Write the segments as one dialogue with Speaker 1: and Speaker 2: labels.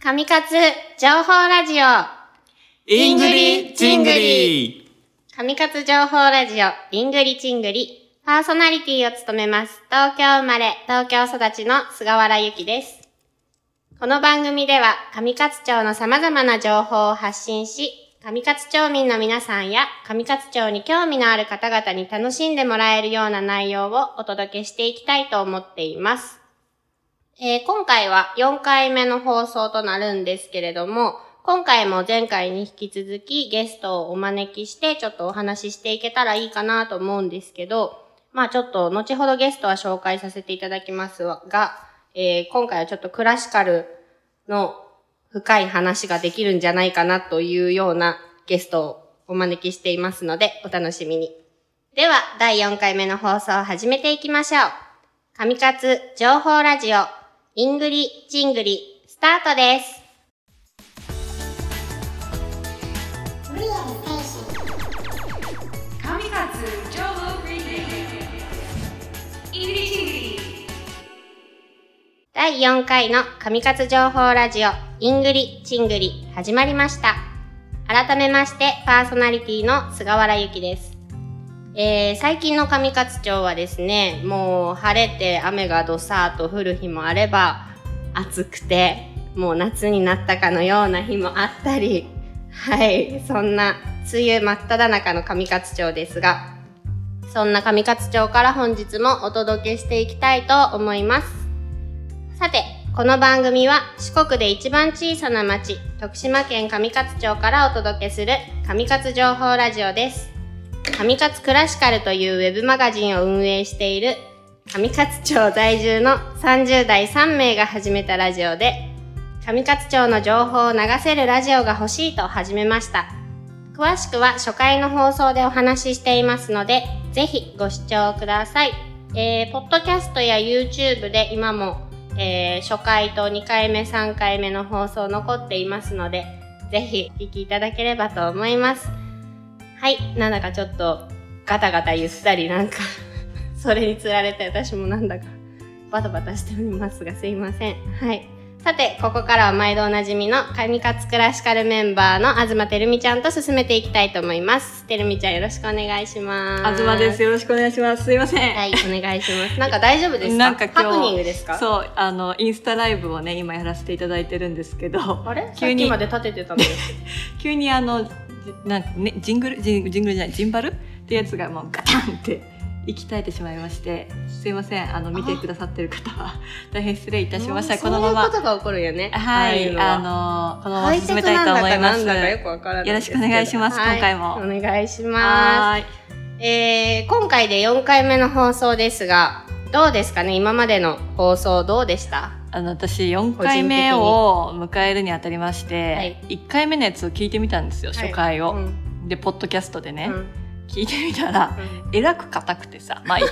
Speaker 1: 神活情報ラジオ。イングリジングリ神活情報ラジオ、イングリチングリ。パーソナリティを務めます。東京生まれ、東京育ちの菅原由紀です。この番組では、上勝町の様々な情報を発信し、上勝町民の皆さんや、上勝町に興味のある方々に楽しんでもらえるような内容をお届けしていきたいと思っています。えー今回は4回目の放送となるんですけれども、今回も前回に引き続きゲストをお招きしてちょっとお話ししていけたらいいかなと思うんですけど、まあちょっと後ほどゲストは紹介させていただきますが、えー今回はちょっとクラシカルの深い話ができるんじゃないかなというようなゲストをお招きしていますのでお楽しみに。では第4回目の放送を始めていきましょう。神活情報ラジオ、イングリジングリ、スタートです。
Speaker 2: Kamikaze Joe Reading English
Speaker 1: 第4回の神活情報ラジオ、イングリジングリ、始まりました。改めまして、パーソナリティの菅原由紀です。えー最近の上勝町はですね、もう晴れて雨がどさーっと降る日もあれば、暑くて、もう夏になったかのような日もあったり、はい、そんな梅雨真っ只中の上勝町ですが、そんな上勝町から本日もお届けしていきたいと思います。さて、この番組は四国で一番小さな町、徳島県上勝町からお届けする上勝情報ラジオです。上勝クラシカルというウェブマガジンを運営している上勝町在住の30代3名が始めたラジオで、上勝町の情報を流せるラジオが欲しいと始めました。詳しくは初回の放送でお話ししていますので、ぜひご視聴ください。えー、ポッドキャストや YouTube で今も、えー初回と2回目、3回目の放送残っていますので、ぜひお聞きいただければと思います。はい、なんだかちょっとガタガタ言ったりなんか、 それにつられて私もなんだかバタバタしておりますがすいません。はい。さて、ここからは毎度おなじみの神勝クラシカルメンバーの東てるみちゃんと進めていきたいと思います。てるみちゃんよろしくお願いします。
Speaker 3: あずまです。。よろしくお願いします。すいません。
Speaker 1: はい、お願いします。なんか大丈夫ですか
Speaker 3: なんか今日
Speaker 1: ハプニングですか
Speaker 3: そう、あの、インスタライブをね、今やらせていただいてるんですけど、
Speaker 1: あれ
Speaker 3: 急に
Speaker 1: さっきまで立ててたのに。
Speaker 3: 急にあの、じなんかね、ジングル、ジンジングルじゃない、ジンバルってやつがもうガタンって息絶えてしまいまして、すいません。あの、見てくださってる方は、 大変失礼いたしました。このま
Speaker 1: そういう
Speaker 3: ま
Speaker 1: こ。とが起こるよね。
Speaker 3: は
Speaker 1: ああう
Speaker 3: い、
Speaker 1: のは
Speaker 3: あの、このまま進めたいと思いま
Speaker 1: 排泄な
Speaker 3: す。
Speaker 1: んだかなんだかよくわからないですけど
Speaker 3: よろしくお願いします
Speaker 1: はい
Speaker 3: 今回も
Speaker 1: お願いしま
Speaker 3: はーい。
Speaker 1: す。えー、今回で4回目の放送ですが、どうですかね今までの放送どうでした
Speaker 3: あの、私、4回目を迎えるにあたりまして、一1回目のやつを聞いてみたんですよ、初回を。
Speaker 1: うん
Speaker 3: で、ポッドキャストでね。
Speaker 1: うん
Speaker 3: 聞いてみたら、えらく硬くてさ、 まあ、い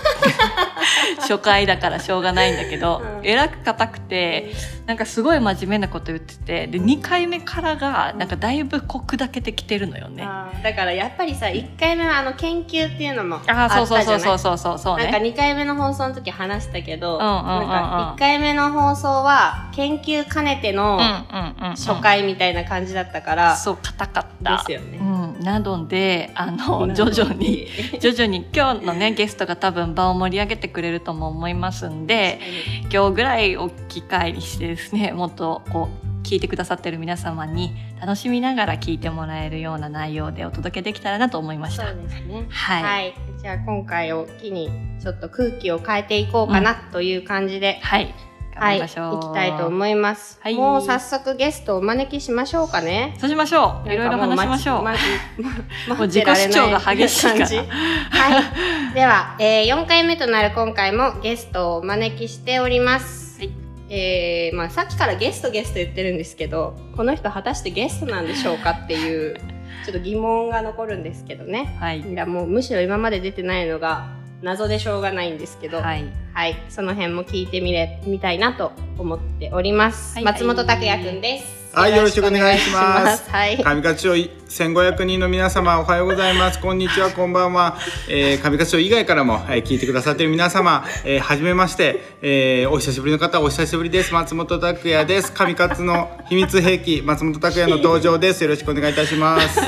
Speaker 3: 初回だからしょうがないんだけど、
Speaker 1: うん
Speaker 3: えらく硬くて、なんかすごい真面目なこと言ってて、で、2回目からが、なんかだいぶこう砕けてきてるのよね。あ
Speaker 1: あーだからやっぱりさ、1回目はあの研究っていうのもあったじゃない
Speaker 3: あー、そうそうそうそうそうそうそう
Speaker 1: なんか
Speaker 3: ね。
Speaker 1: 2回目の放送の時話したけど、
Speaker 3: うんうんうんうん
Speaker 1: なんか1回目の放送は研究兼ねての
Speaker 3: うんうんうん。
Speaker 1: 初回みたいな感じだったか
Speaker 3: うん
Speaker 1: ら、
Speaker 3: そう、硬かった。
Speaker 1: ですよね。
Speaker 3: うん、なので、あの、徐々に、 徐々に今日のね、ゲストが多分場を盛り上げてくれるとも思いますんで、今日ぐらいを機会にしてですねもっとこう聞いてくださってる皆様に楽しみながら聞いてもらえるような内容でお届けできたらなと思いまし
Speaker 1: そ、
Speaker 3: た。はいう
Speaker 1: ですね。
Speaker 3: は
Speaker 1: はいい、じゃあ今回を機にちょっと空気を変えていこうかなという感じで、
Speaker 3: 頑張
Speaker 1: はい行
Speaker 3: りましょう、
Speaker 1: きたいと思います、
Speaker 3: はい
Speaker 1: もう早速ゲストをお招きしましょうかね
Speaker 3: そうしましょういろいろ話しましょう、
Speaker 1: なんかも
Speaker 3: も
Speaker 1: う
Speaker 3: う
Speaker 1: 待
Speaker 3: 自
Speaker 1: っ
Speaker 3: 己主張が激しいから
Speaker 1: 待ってられない感じはいでは、えー、4回目となる今回もゲストをお招きしております、
Speaker 3: はい
Speaker 1: えーまあ、さっきからゲストゲスト言ってるんですけどこの人果たしてゲストなんでしょうかっていうちょっと疑問が残るんですけどね
Speaker 3: はい
Speaker 1: いやもうむしろ今まで出てないのが謎でしょうがないんですけど、は、
Speaker 3: はいい
Speaker 1: その辺も聞いてみれみたいなと思っております。
Speaker 3: はい
Speaker 1: 松本拓也くんです。です。
Speaker 4: はいよろしくお願いします
Speaker 1: はい。
Speaker 4: 上勝町1500人の皆様おはようございますこんにちはこんばんは、えー、上勝町以外からも、えー聞いてくださっている皆様えーはじ、めまして、えーお久しぶりの方お久しぶりです松本拓也です上勝の秘密兵器松本拓也の登場ですよろしくお願いいた します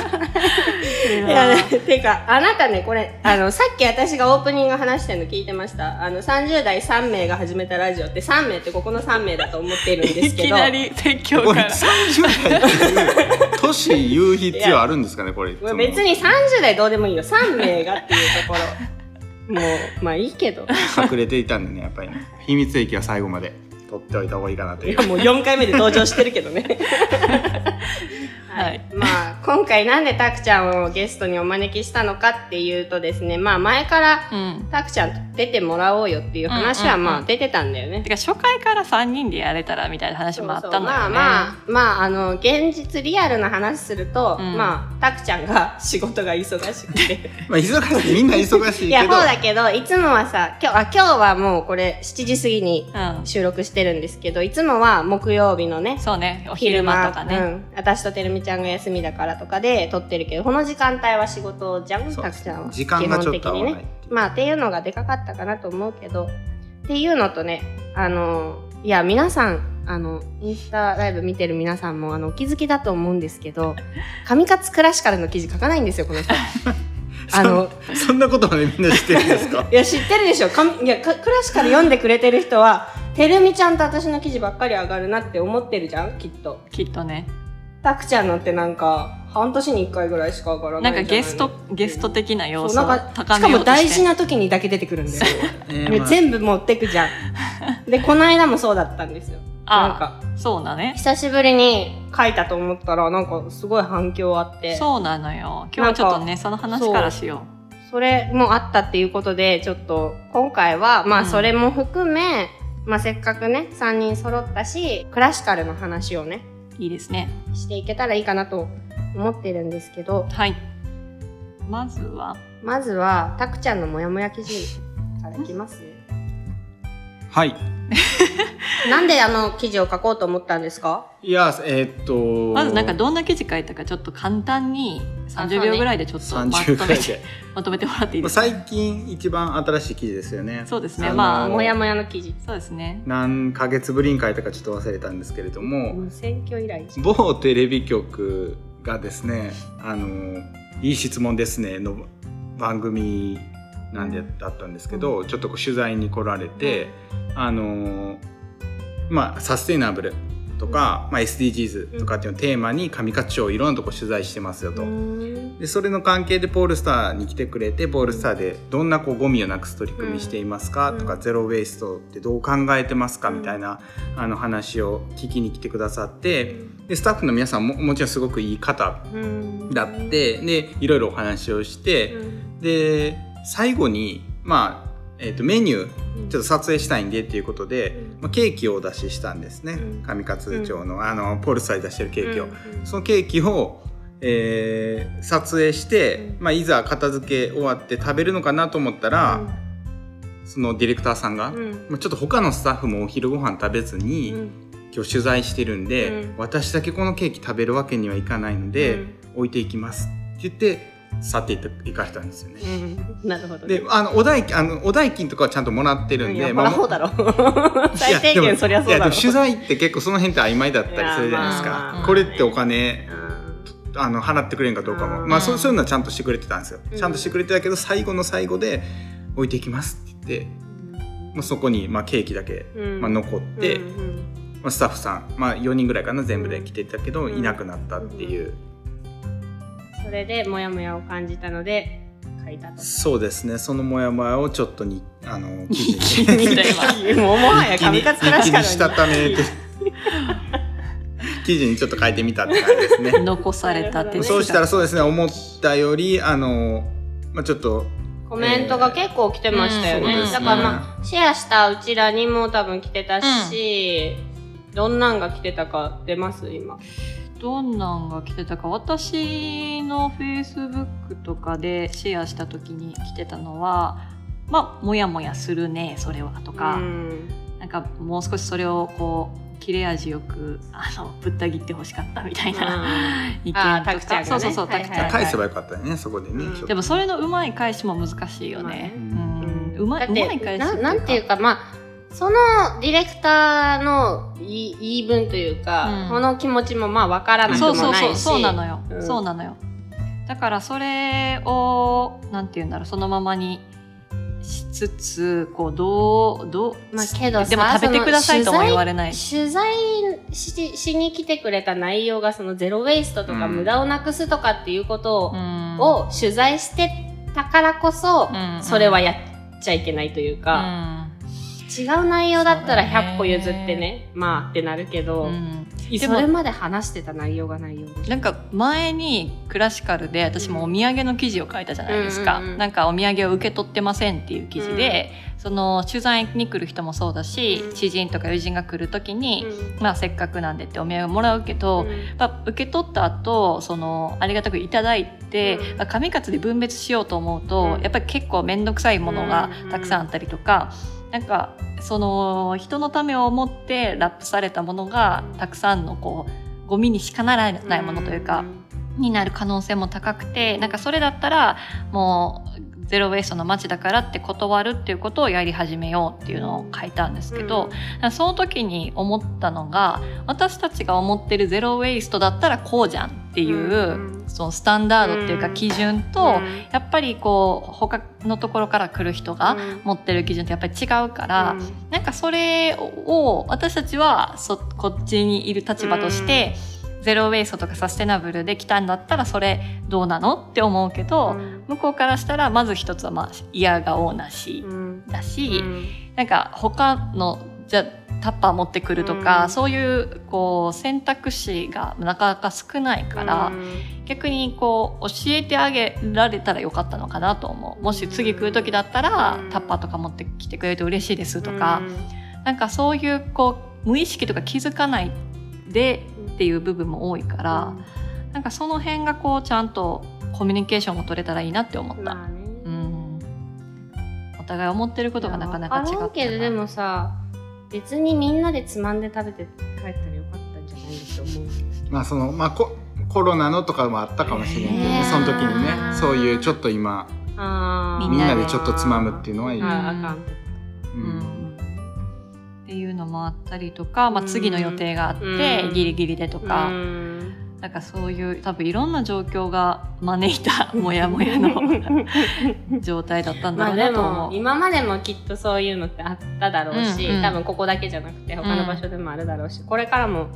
Speaker 1: いやてか、あなたね、これ、あの、さっき私がオープニング話してるの聞いてました。あの、30代3名が始めたラジオって3名ってここの3名だと思っているんです
Speaker 3: い
Speaker 1: けど。
Speaker 3: きなり説教
Speaker 4: こ
Speaker 3: か
Speaker 4: れ
Speaker 3: ら。
Speaker 4: 30代っていう年言う必要あるんですかねこれいつも
Speaker 1: 別に30代どうでもいいよ。3名がっていうところ。もう、まあいいけど。
Speaker 4: 隠れていたんでねやっぱりね秘密兵器は最後まで取っておいた方がいいかなと
Speaker 1: い
Speaker 4: いう
Speaker 1: やもう4回目で登場してるけどね。
Speaker 3: は
Speaker 1: はいい、まあ今回なんでたくちゃんをゲストにお招きしたのかっていうとですねまあ前から
Speaker 3: うん。
Speaker 1: たくちゃんと出てもらおうよっていう話は
Speaker 3: うんうんうん
Speaker 1: まあ出てたんだよね。
Speaker 3: てか初回から三人でやれたらみたいな話もあったのよね。
Speaker 1: まあまあまああの現実リアルな話すると、
Speaker 3: うん
Speaker 1: まあたくちゃんが仕事が忙しく て
Speaker 4: まあ忙しいみんな忙しい
Speaker 1: い
Speaker 4: け
Speaker 1: やそう
Speaker 4: ど
Speaker 1: だけどいつもはさ今日あ今日はもうこれ7時過ぎに
Speaker 3: うん。
Speaker 1: 収録してるんですけどいつもは木曜日のね
Speaker 3: そうね、お昼間とか
Speaker 1: う
Speaker 3: ね。
Speaker 1: ん、私とてるみちゃんが休みだからとかで撮ってるけどこの時間帯は仕事じゃん
Speaker 4: そう
Speaker 1: たくちゃんは
Speaker 4: 時間がちょっと合わない
Speaker 1: 基本的にねまあっていうのがでかかったかなと思うけどっていうのとねあのいや皆さんあのインスタライブ見てる皆さんもあのお気づきだと思うんですけ ど上勝クラシカルの記事書かないんですよこの人あの
Speaker 4: そんなことまでみんな知ってるんですか
Speaker 1: いや知ってるでしょかいやかクラシカル読んでくれてる人はてるみちゃんと私の記事ばっかり上がるなって思ってるじゃんきっと
Speaker 3: きっとね。
Speaker 1: たくちゃんなんてなんか半年に1回ぐらいしか上がらな
Speaker 3: ないんか
Speaker 1: じゃい
Speaker 3: ゲスト、ゲスト的な要
Speaker 1: そう
Speaker 3: 素
Speaker 1: な
Speaker 3: を
Speaker 1: んか
Speaker 3: 高
Speaker 1: しか
Speaker 3: めよ
Speaker 1: も
Speaker 3: うとして。
Speaker 1: 大事な時にだけ出てくるんだよ、で
Speaker 4: え部
Speaker 1: 全部持ってくじゃんでこの間もそうだったんですよ
Speaker 3: あ
Speaker 1: なんか
Speaker 3: そうだね。
Speaker 1: 久しぶりに書いたと思ったらなんかすごい反響あってそ
Speaker 3: そうなのよ。今日はちょっとね、その話からしよ
Speaker 1: れもあったっていうことでちょっと今回はま
Speaker 3: う
Speaker 1: あ
Speaker 3: ん
Speaker 1: それも含め、まあせっかくね3人揃ったしクラシカルの話をね
Speaker 3: う。いいですね。
Speaker 1: していけたらいいかなと思ってるんですけど
Speaker 3: はい。まずは、
Speaker 1: まずは、たくちゃんのモヤモヤ記事からいきます。
Speaker 4: はい
Speaker 1: なんであの記事を書こうと思ったんですか
Speaker 4: いやえーっと
Speaker 3: まずなんかどんな記事書いたかちょっと簡単に30秒ぐらいでちょっとま
Speaker 4: 30
Speaker 3: と
Speaker 4: くら
Speaker 3: め
Speaker 4: い
Speaker 3: て、
Speaker 4: で
Speaker 3: まとめてもらっていいですか
Speaker 4: 最近一番新しい記事ですよね
Speaker 3: そうです
Speaker 4: あ
Speaker 3: ね。
Speaker 4: の
Speaker 3: まあ、
Speaker 1: もやもやの記事。
Speaker 3: そうですね。
Speaker 4: 何ヶ月ぶりに書いたかちょっと忘れたんですけれども
Speaker 1: 選挙以来。
Speaker 4: 某テレビ局がですねあのいい質問ですねの番組なんでだったんですけど、ちょっとこう取材に来られて、あのまあサステイナブルとか、まあ、SDGs とかっていうのをテーマに上勝町をいろんなとこ取材してますよと、でそれの関係でポールスターに来てくれてポールスターでどんなこうゴミをなくす取り組みしていますか、
Speaker 1: うん
Speaker 4: と
Speaker 1: う
Speaker 4: か
Speaker 1: ん
Speaker 4: ゼロ・ウェイストってどう考えてますかみたいなあの話を聞きに来てくださってでスタッフの皆さんももちろんすごくいい方だっ。てでいろいろお話をしてで最後にまあ、えー、とメニューちょっと撮影したいんでっていうことで、まあ、ケーキをお出ししたんですね
Speaker 1: うん
Speaker 4: 上勝町のあのポールスターで出してるケーキを。
Speaker 1: うん
Speaker 4: そのケーキを、えー撮影して、
Speaker 1: うん
Speaker 4: まあ、いざ片付け終わって食べるのかなと思ったら、そのディレクターさんが、
Speaker 1: うん
Speaker 4: まあ、ちょっと他のスタッフもお昼ご飯食べずに、
Speaker 1: うん
Speaker 4: 今日取材してるんで、
Speaker 1: うん
Speaker 4: 私だけこのケーキ食べるわけにはいかないので、置いていきますって言って去っていった行かれたんですよね。
Speaker 1: うんなるほどね。
Speaker 4: であのお代金あのお代金とかはちゃんともらってるん
Speaker 1: い
Speaker 4: で
Speaker 1: や、まあ、
Speaker 4: まあも
Speaker 1: そうだろ。最低
Speaker 4: いやで
Speaker 1: 限
Speaker 4: も
Speaker 1: そりゃそう
Speaker 4: いや
Speaker 1: だ
Speaker 4: で
Speaker 1: ろ
Speaker 4: も。取材って結構その辺って曖昧だったりするじゃないですか、
Speaker 1: いやまあまあ
Speaker 4: これってお金
Speaker 1: うん
Speaker 4: あの払ってくれんかどうかも、
Speaker 1: うん
Speaker 4: まあそうそういうのはちゃんとしてくれてたんですよ、
Speaker 1: うん
Speaker 4: ちゃんとしてくれてたけど最後の最後で置いていきますって言って、まあ、そこにまあケーキだけ、
Speaker 1: うん
Speaker 4: まあ、残って、
Speaker 1: うん
Speaker 4: まあ、スタッフさん、まあ、4人ぐらいかな全部で来てたけど、
Speaker 1: うん
Speaker 4: いなくなったっていう、
Speaker 1: それでモヤモヤを感じたので書いたと。
Speaker 4: そうですねそのモヤモヤをちょっとにあの記事に
Speaker 3: 一気にみたい な。
Speaker 1: もうもはや
Speaker 4: 一気
Speaker 1: 神
Speaker 4: に
Speaker 1: 勝クラシカル
Speaker 4: 一気にしたためて記事にちょっと変えてみたって感じですね
Speaker 3: 残された手
Speaker 1: 嬉しい
Speaker 4: そうしたらそうですね思ったよりあの、まあ、ちょっと
Speaker 1: コメントが結構来てましたよ
Speaker 3: え
Speaker 1: ね。
Speaker 3: ーうん
Speaker 1: だからまあ、シェアしたうちらにも多分来てたし、どんなんが来てたか出ます今。
Speaker 3: どんなんが来てたか私のフェイスブックとかでシェアした時に来てたのはまあ「もやもやするねそれは」とか、
Speaker 1: うん
Speaker 3: なんかもう少しそれをこう切れ味よくあのぶった切ってほしかったみたいな、
Speaker 1: う
Speaker 3: 意見と
Speaker 1: あー
Speaker 3: か
Speaker 1: タクチャーがね
Speaker 3: そうそうそう
Speaker 1: はいは
Speaker 3: タク
Speaker 1: い
Speaker 3: チャー、
Speaker 1: はい
Speaker 4: 返せばよかったよねそこでね、
Speaker 1: うん
Speaker 4: ちょっと
Speaker 3: でもそれのうまい返しも難しいよね。
Speaker 4: まあ
Speaker 3: うん
Speaker 1: ね
Speaker 3: うま
Speaker 1: だ
Speaker 3: い
Speaker 1: っ
Speaker 3: うまい返
Speaker 1: て
Speaker 3: し
Speaker 1: ななんていう
Speaker 3: か
Speaker 1: かまあそのディレクターの言い言い分というか、
Speaker 3: うん
Speaker 1: この気持ちもまあわからなく
Speaker 3: そう
Speaker 1: も
Speaker 3: そう
Speaker 1: な
Speaker 3: そ
Speaker 1: いうし
Speaker 3: そうなのよ、
Speaker 1: うん
Speaker 3: そうなのよだからそれをなんていうんだろうそのままにしつつこうどうどう、
Speaker 1: まあけどさ
Speaker 3: でも食べてくださいとも言われない
Speaker 1: 取材ししに来てくれた内容がそのゼロ・ウェイストとか
Speaker 4: うん
Speaker 1: 無駄をなくすとかっていうことを,、
Speaker 3: うん
Speaker 1: を取材してたからこそ、
Speaker 3: うん
Speaker 1: それはやっちゃいけないという
Speaker 3: う
Speaker 1: か、
Speaker 3: ん
Speaker 1: 違う内容だったら
Speaker 3: そうだね
Speaker 1: 100個譲ってねまあってなるけど、
Speaker 3: うん
Speaker 1: それまで話してた内容が内容で
Speaker 3: なんか前にクラシカルで私もお土産の記事を書いたじゃないです
Speaker 1: う
Speaker 3: か、
Speaker 1: んうんうん
Speaker 3: なんかお土産を受け取ってませんっていう記事で、その取材に来る人もそうだし、
Speaker 1: うん
Speaker 3: 知人とか友人が来る時に、まあせっかくなんでってお土産もらうけ
Speaker 1: う
Speaker 3: ど、
Speaker 1: ん
Speaker 3: やっぱ受け取った後そのありがたくいただいて、
Speaker 1: うん
Speaker 3: まあ紙活で分別しようと思うと、
Speaker 1: うん
Speaker 3: やっぱり結構面倒くさいものが
Speaker 1: うん
Speaker 3: たくさんあったりとか、なんかその人のためを思ってラップされたものがたくさんのこうゴミにしかならないものというか、になる可能性も高くてなんかそれだったらもうゼロウェイストの街だからって断るっていうことをやり始めようっていうのを書いたんですけど、その時に思ったのが私たちが思ってるゼロウェイストだったらこうじゃんっていう、
Speaker 1: うん
Speaker 3: そのスタンダードっていう
Speaker 1: う
Speaker 3: か
Speaker 1: ん
Speaker 3: 基準と、やっぱりこう他のところから来る人が持ってる基準ってやっぱり違うから、なんかそれを私たちはそこっちにいる立場として、ゼロウェイストとかサステナブルで来たんだったらそれどうなのって思うけど、向こうからしたらまず一つはまあ嫌顔なしだし。なんか他のじゃタッパー持ってくるとか、
Speaker 1: うん
Speaker 3: そういうこう選択肢がなかなか少ないから、逆にこう教えてあげられたらよかったのかなと思うもし次来る時だったら、
Speaker 1: うん
Speaker 3: タッパーとか持ってきてくれると嬉しいですとか、なんかそういうこう無意識とか気づかないでっていう部分も多いから、なんかその辺がこうちゃんとコミュニケーションが取れたらいいなって思った。
Speaker 1: まあね
Speaker 3: うんお互い思ってることがなかなか違った
Speaker 1: いや
Speaker 3: な
Speaker 1: わかるけどでもさ別にみんなでつまんで食べて帰ったらよかったんじゃないのって思う
Speaker 4: まあそのまあココロナのとかもあったかもしれないけどね、
Speaker 1: ね
Speaker 4: その時にねそういうちょっと今
Speaker 1: あー
Speaker 4: みんなでちょっとつまむっていうのはいい、
Speaker 1: あ
Speaker 4: う
Speaker 1: ーあかん
Speaker 4: ん
Speaker 3: っていうのもあったりとか、まあ、次の予定があって、
Speaker 1: うん
Speaker 3: ギリギリでとか、
Speaker 1: うん
Speaker 3: なんかそういう多分いろんな状況が招いたモヤモヤの状態だったん
Speaker 1: ま
Speaker 3: だろ
Speaker 1: あ
Speaker 3: う
Speaker 1: で
Speaker 3: なと思
Speaker 1: も
Speaker 3: う。
Speaker 1: 今までもきっとそういうのってあっただろうし、
Speaker 3: うんうん
Speaker 1: 多分ここだけじゃなくて他の場所でもあるだろうし、これからも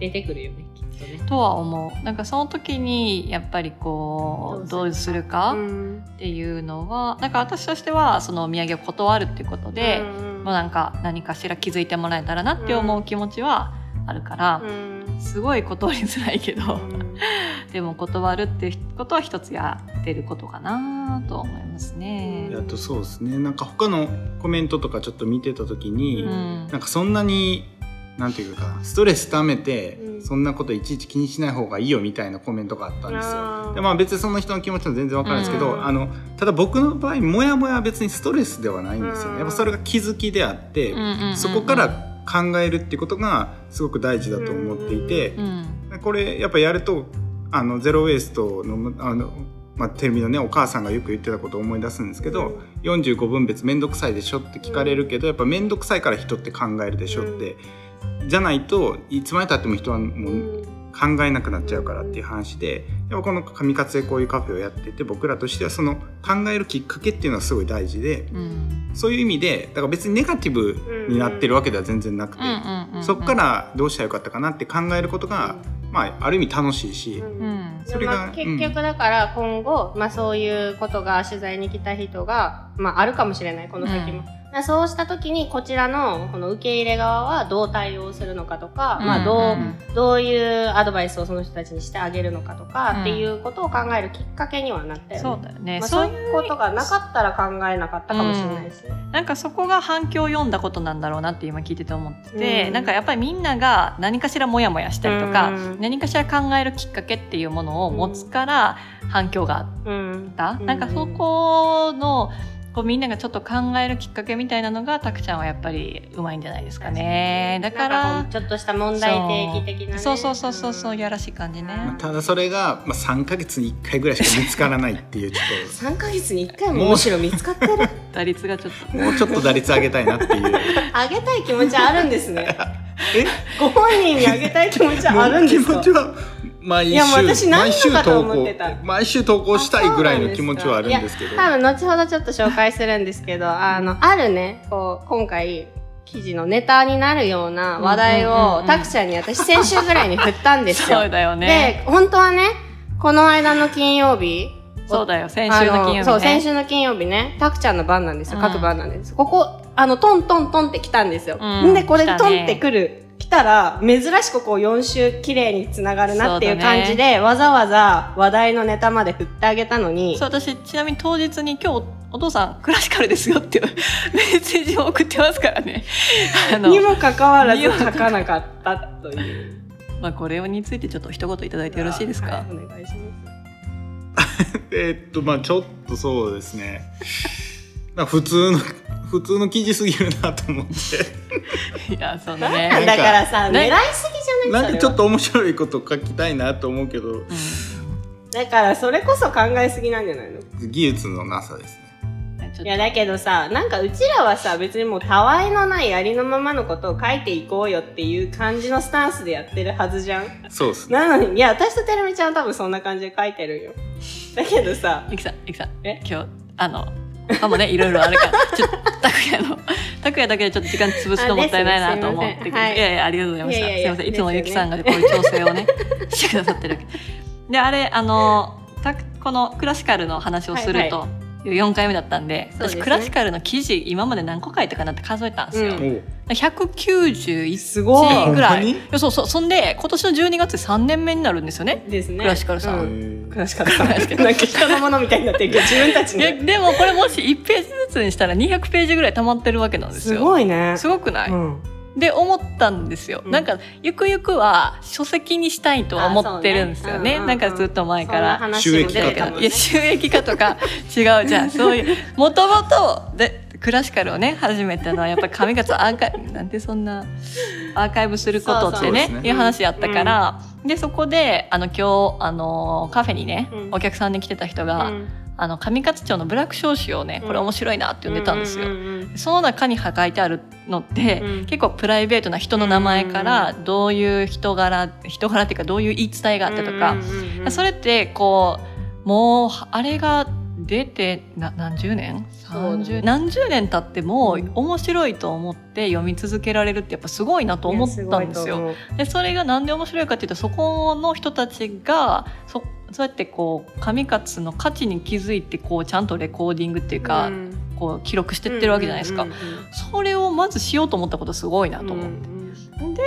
Speaker 1: 出てくるよねきっとね。
Speaker 3: とは思うなんかその時にやっぱりこう
Speaker 1: ど
Speaker 3: ど
Speaker 1: う
Speaker 3: う
Speaker 1: す
Speaker 3: す
Speaker 1: る
Speaker 3: る
Speaker 1: あ
Speaker 3: かっていうのはなんか私としてはそのお土産を断るっていうことで、もうなんか何かしら気づいてもらえたらなって思う気持ちはあるから、すごい断りづらいけど、でも断るってことは一つやってることかなとは思いますね。
Speaker 4: あとそうですねなんか他のコメントとかちょっと見てた時に、
Speaker 1: うん
Speaker 4: なんかそんなになんていうかストレス溜めて、
Speaker 1: うん
Speaker 4: そんなこといちいち気にしない方がいいよみたいなコメントがあったんですよ。でまあ、別にその人の気持ちも全然わかるんですけど、
Speaker 1: うん
Speaker 4: あのただ僕の場合モヤモヤは別にストレスではないんですよね。やっぱそれが気づきであって、そこから考えるってことがすごく大事だと思っていて、これやっぱやるとあのゼロ・ウェイストのあの、まあ、テレビのねお母さんがよく言ってたことを思い出すんですけど、45分別めんどくさいでしょって聞かれるけどやっぱめんどくさいから人って考えるでしょって、じゃないといつまでたっても人はもう考えなくなっちゃうからっていう話でやっぱこの「上勝でこういうカフェ」をやってて僕らとしてはその考えるきっかけっていうのはすごい大事でそういう意味でだから別にネガティブになってるわけでは全然なくて。そこからどうしたらよかったかなって考えることが、まあ、ある意味楽しいし、それが
Speaker 1: まあ、結局だから今後、まあ、そういうことが取材に来た人が、まあ、あるかもしれないこの先も、
Speaker 3: うん
Speaker 1: だからそうした時にこちらのこの受け入れ側はどう対応するのかとか、まあ、どうどういうアドバイスをその人たちにしてあげるのかとか、
Speaker 3: うん
Speaker 1: っていうことを考えるきっかけにはなったよね。
Speaker 3: そうだよね、
Speaker 1: まあ、
Speaker 3: そ
Speaker 1: そうういうことがなかったら考えなかったかもしれないし、ね
Speaker 3: なんかそこが反響を読んだことなんだろうなって今聞いてて思ってて、
Speaker 1: うん
Speaker 3: なんかやっぱりみんなが何かしらモヤモヤしたりとか、
Speaker 1: うん
Speaker 3: 何かしら考えるきっかけっていうものを持つから反響があっ
Speaker 1: うん
Speaker 3: た、なんかそ
Speaker 1: を
Speaker 3: このこうみんながちょっと考えるきっかけみたいなのがたくちゃんはやっぱりうまいんじゃないですかねだか
Speaker 1: なん
Speaker 3: ら
Speaker 1: こうちょっとした問題提起的な、ね、
Speaker 3: そうそうそうそうそういやらしい感じね
Speaker 1: ま
Speaker 4: まあただそれが、まあ、3ヶ月に1回ぐらいしか見つからないっていうちょっ
Speaker 1: 3ヶ月に1回
Speaker 4: も
Speaker 1: も
Speaker 4: む
Speaker 1: む
Speaker 4: し
Speaker 1: しろ見つかってる
Speaker 3: 打率がちょっ
Speaker 4: ともうちょっと打率上げたいなっていう
Speaker 1: あげたい気持ちあるんですねご本人にあげたい気持ち
Speaker 4: もう
Speaker 1: あるんですか
Speaker 4: 気持ちは毎週
Speaker 1: いやもう私ない
Speaker 4: 毎週
Speaker 1: のかと
Speaker 4: 投
Speaker 1: 思っ
Speaker 4: 稿
Speaker 1: てた
Speaker 4: 毎週投稿したいぐらいの気持ちはあるんですけど
Speaker 1: 多分後ほどちょっと紹介するんですけどあのあるねこう今回記事のネタになるような話題
Speaker 3: うんうんうんう
Speaker 1: を
Speaker 3: ん
Speaker 1: たくちゃんに私先週ぐらいに振ったん
Speaker 3: と
Speaker 1: ですよ。
Speaker 3: そうだよね
Speaker 1: で本当はねこの間の金曜日
Speaker 3: そうだよ先週の金曜日
Speaker 1: あ
Speaker 3: ね
Speaker 1: のそう先週の金曜日ねたくちゃんの番なんですよ、
Speaker 3: うん
Speaker 1: 各番なんですここあのトントントンって来たんですよ、
Speaker 3: うん
Speaker 1: でこれ、
Speaker 3: 来たね
Speaker 1: トンって来る来たら珍しくこう4週綺麗につながるなっていう
Speaker 3: そうだね
Speaker 1: 感じで、わざわざ話題のネタまで振ってあげたのに
Speaker 3: そう私ちなみに当日に今日お父さんクラシカルですよっていう メッセージを送ってますか らねあの
Speaker 1: にもかかわらず
Speaker 3: に
Speaker 1: 書
Speaker 3: もか
Speaker 1: かなかったという。
Speaker 3: まあこれについてちょっと一言いただいてよろしいですか
Speaker 1: は、いお願いしま
Speaker 4: えーっとまあちょっとそうですね まあ普通の普通の記事すぎるなと 思って
Speaker 3: い、やその
Speaker 1: す。
Speaker 3: ね
Speaker 1: だからさ、
Speaker 3: ね
Speaker 1: 狙いすぎじゃない
Speaker 4: なんかちょっ
Speaker 1: と。
Speaker 4: と面白いこと書きたいなと思うけど
Speaker 1: それはだから、それこそ考えすぎなんじゃないの
Speaker 4: 技術のなさですね
Speaker 3: うんちょっと
Speaker 1: いや、だけどさ、なんかうちらはさ、別にもうたわいのないありのままのことを書いていこうよっていう感じのスタンスでやってるはずじゃん。
Speaker 4: そうですね
Speaker 1: なのに、いや、私とてるみちゃんは多分そんな感じで書いてるよ。だけどさ、
Speaker 3: ゆきさん、ゆきさん、
Speaker 1: え
Speaker 3: 今日、あの、他もね、いろいろあるから、ちょっと、たくやの、たくやだけでちょっと時間潰すのもったいないなと思って
Speaker 1: あ
Speaker 3: く
Speaker 1: ですねすい
Speaker 3: れ
Speaker 1: ませんはい
Speaker 3: いやいや、ありがとうございました。
Speaker 1: いやいやい
Speaker 3: すい
Speaker 1: や
Speaker 3: ません、いつもゆ
Speaker 1: で
Speaker 3: き
Speaker 1: す
Speaker 3: さ
Speaker 1: よ
Speaker 3: ん
Speaker 1: ね
Speaker 3: がこういう調整を ね、してくださってるわけ。で、あれ、あの、たこのクラシカルの話をすると、4回目だったんで
Speaker 1: そうです
Speaker 3: 私
Speaker 1: ね
Speaker 3: クラシカルの記事今まで何個書いたかなって数えたんです
Speaker 1: う
Speaker 3: よ、
Speaker 1: ん
Speaker 4: おう
Speaker 3: 191
Speaker 1: すご
Speaker 4: い
Speaker 3: ぐら
Speaker 4: ほ
Speaker 3: い
Speaker 4: んまに
Speaker 3: いやそうそうそんで今年の12月で3年目になるんですよね
Speaker 1: いですね。
Speaker 3: クラシカルさん
Speaker 1: う
Speaker 4: え
Speaker 1: クラシカルさん。
Speaker 3: ク
Speaker 1: な
Speaker 3: ラ
Speaker 1: ん
Speaker 3: シ
Speaker 1: か
Speaker 3: カル
Speaker 1: 人のものみたいになってるけど、自分たち
Speaker 3: で
Speaker 1: の。
Speaker 3: でもこれもし1ページずつにしたら200ページぐらい溜まってるわけなんです
Speaker 1: す
Speaker 3: よ。
Speaker 1: ごいね。
Speaker 3: すごくない、
Speaker 1: うん
Speaker 3: で思ったんですよ、
Speaker 1: うん
Speaker 3: なんかゆくゆくは書籍にしたいとは思ってるんです
Speaker 1: あ
Speaker 3: よね
Speaker 1: そうねうんうんうん
Speaker 3: なんかずっと前から。
Speaker 4: 収益
Speaker 1: そんな話も出てた
Speaker 4: 化とか
Speaker 1: もん
Speaker 3: いや
Speaker 1: ね。
Speaker 3: 収益化とか違う じゃんそういうもともとでクラシカルをね始めたのはやっぱ上勝アーカイブ なんでそんなアーカイブすることっ
Speaker 4: そうそうそ
Speaker 3: てね
Speaker 4: うですね
Speaker 3: いう話やったから、でそこであの今日あのカフェにね、
Speaker 1: うん
Speaker 3: お客さんに来てた人が、
Speaker 1: うん
Speaker 3: あの上勝町のブラック少子をねこれ面白いなって呼んでたんですよ。
Speaker 1: うううん
Speaker 3: その中に書いてあるのって、
Speaker 1: うん
Speaker 3: 結構プライベートな人の名前からどういう人柄人柄っていうかどういう言い伝えがあったとか、
Speaker 1: うんうんうん
Speaker 3: それってこうもうあれが出てな何十年
Speaker 1: そうだね
Speaker 3: 30何十年経って
Speaker 1: う
Speaker 3: も
Speaker 1: ん
Speaker 3: 面白いと思って読み続けられるってやっぱすごいなと思ったんですよ。
Speaker 1: いや
Speaker 3: でそれがなんで面白いかっていうとそこの人たちがそそうやってこう上勝の価値に気づいてこうちゃんとレコーディングっていう
Speaker 1: すごいと思
Speaker 3: か、
Speaker 1: ううん
Speaker 3: こう記録してってるわけじゃないですか、
Speaker 1: うんうんうん
Speaker 3: それをまずしようと思ったことすごいなと思って、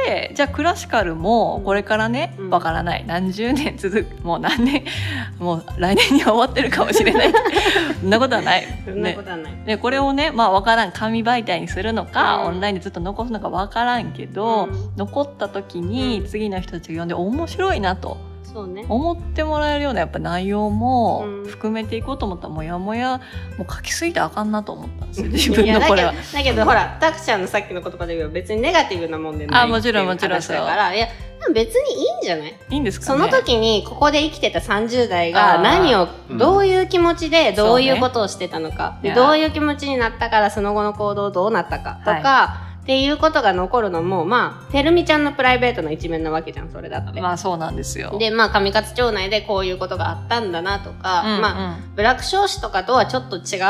Speaker 3: でじゃあクラシカルもこれからね
Speaker 1: うん
Speaker 3: わからない何十年続くもう何年 もう来年には終わってるかもしれない そんなことはない。
Speaker 1: そんな
Speaker 3: ね
Speaker 1: ことはない。
Speaker 3: でこれをねまあわからん紙媒体にするのか、
Speaker 1: うん
Speaker 3: オンラインでずっと残すのかわからんけど、
Speaker 1: うん
Speaker 3: 残った時に
Speaker 1: うん
Speaker 3: 次の人たちが読んで面白いなと
Speaker 1: そうね。
Speaker 3: 思ってもらえるようなやっぱ内容も
Speaker 1: うん
Speaker 3: 含めていこうと思ったらもやもやもう書きすぎてあかんなと思ったんですよ自分の
Speaker 1: だ
Speaker 3: こ
Speaker 1: け
Speaker 3: れ
Speaker 1: ど
Speaker 3: は。
Speaker 1: だけどほらタクちゃんのさっきの言葉で言えば別にネガティブなもんでない
Speaker 3: あもちろん
Speaker 1: っていう話
Speaker 3: もちろんそう
Speaker 1: だからいやでも別にいいんじゃない
Speaker 3: いいんですか
Speaker 1: そ
Speaker 3: ね
Speaker 1: の時にここで生きてた30代が
Speaker 3: あー
Speaker 1: 何を
Speaker 4: うん
Speaker 1: どういう気持ちでどうい
Speaker 3: そう
Speaker 1: う
Speaker 3: ね
Speaker 1: ことをしてたのか、
Speaker 3: いや
Speaker 1: でどういう気持ちになったからその後の行動どうなったかとか、っていうことが残るのもまあてるみちゃんのプライベートの一面なわけじゃんそれだって。
Speaker 3: まあそうなんですよ。
Speaker 1: でまあ上勝町内でこういうことがあったんだなとか、
Speaker 3: うんうん
Speaker 1: まあブラック少子とかとはちょっと違うけど、
Speaker 3: うんうんうん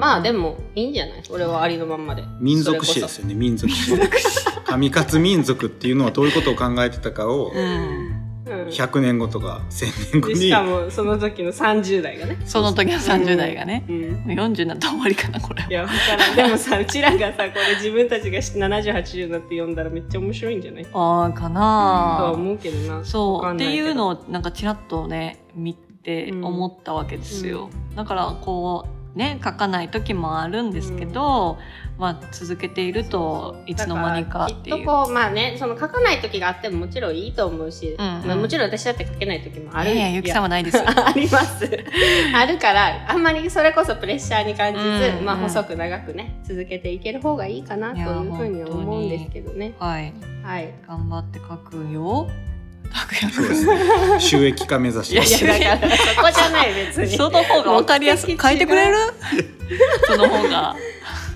Speaker 1: まあでもいいんじゃない俺はありのまんまで
Speaker 4: 民族
Speaker 1: それ
Speaker 4: 史で
Speaker 1: こ
Speaker 4: すよね民族史上勝民族っていうのはどういうことを考えてたかを
Speaker 3: うん
Speaker 1: そうん
Speaker 4: 100年後とか1000年後
Speaker 1: でしか
Speaker 4: に
Speaker 1: もその時の30代がね、
Speaker 3: その時の30代がね、
Speaker 1: うん、
Speaker 3: もう40になったら終わりかなこれ
Speaker 1: いやわからんでもさうちらがさこれ自分たちが7080になって読んだらめっちゃ面白いんじゃないと
Speaker 3: ああか
Speaker 1: は
Speaker 3: な、
Speaker 1: 思うけどな
Speaker 3: そ
Speaker 1: わ
Speaker 3: う
Speaker 1: か
Speaker 3: っ
Speaker 1: んな
Speaker 3: て
Speaker 1: い
Speaker 3: い
Speaker 1: けど
Speaker 3: うのをなんかちらっとね見て思ったわけですよ、だからこうね書かない時もあるんですけど、まあ続けているといつの間にかっ
Speaker 1: き
Speaker 3: てい
Speaker 1: っ
Speaker 3: う。
Speaker 1: とこうまあねその書かない時があってももちろんいいと思うし、
Speaker 3: うんうん
Speaker 1: まあ、もちろん私だって書けない時もある
Speaker 3: いやいやゆきさんはないです。
Speaker 1: ありますあるからあんまりそれこそプレッシャーに感じず、
Speaker 3: うんうん
Speaker 1: まあ、細く長くね続けていける方がいいかない
Speaker 3: や
Speaker 1: というふうには思うんですけどね
Speaker 3: はい
Speaker 1: はい
Speaker 3: 頑張って書くよ。書
Speaker 4: そうで
Speaker 3: くよ。
Speaker 4: す ね収益化目指してま
Speaker 1: い
Speaker 4: す
Speaker 3: いや
Speaker 1: やだからそこじゃない別に
Speaker 3: その方がわかりやすく
Speaker 1: 目的地
Speaker 3: 書いてくれる？その方が。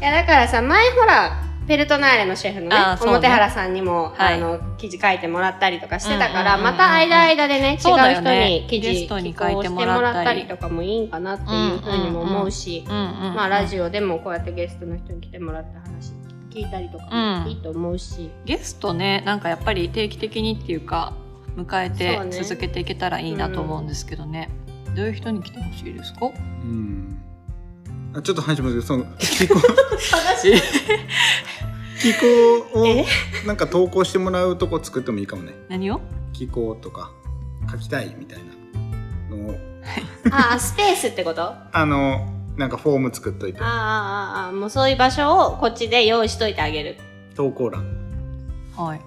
Speaker 1: いやだからさ前ほらペルトナーレのシェフのね
Speaker 3: あーそうね
Speaker 1: 表原さんにも、
Speaker 3: はい
Speaker 1: あの記事書いてもらったりとかしてたから、
Speaker 3: うんうんうんうん
Speaker 1: また間々でね違う
Speaker 3: そうだよ
Speaker 1: 人
Speaker 3: ね
Speaker 1: に記
Speaker 3: ゲス
Speaker 1: 事
Speaker 3: トに
Speaker 1: 寄
Speaker 3: 書
Speaker 1: 稿して
Speaker 3: い
Speaker 1: て
Speaker 3: も
Speaker 1: も
Speaker 3: らったり
Speaker 1: らったりとかもいいんかなっていうふうにも思うし、
Speaker 3: うんうん。
Speaker 1: まあラジオでもこうやってゲストの人に来てもらった話聞いたりとか
Speaker 3: う
Speaker 1: も
Speaker 3: ん
Speaker 1: いいと思うし、
Speaker 3: ゲストねなんかやっぱり定期的にっていうか迎え
Speaker 1: そうね
Speaker 3: て続けていけたらいいなと思うんですけどね、どういう人に来てほしいですか
Speaker 4: うんあちょっと話しますけどそ の気候気候
Speaker 1: え
Speaker 4: をなんか投稿してもらうとこ作ってもいいかもね
Speaker 3: 何を
Speaker 4: 気候とか書きたいみたいなのを
Speaker 1: ああスペースってことあ
Speaker 4: あのなんかフォーム作っといて
Speaker 1: ーあーあーあーもうそういう場所をこっちで用意しといてあげる
Speaker 4: 投稿欄
Speaker 3: はい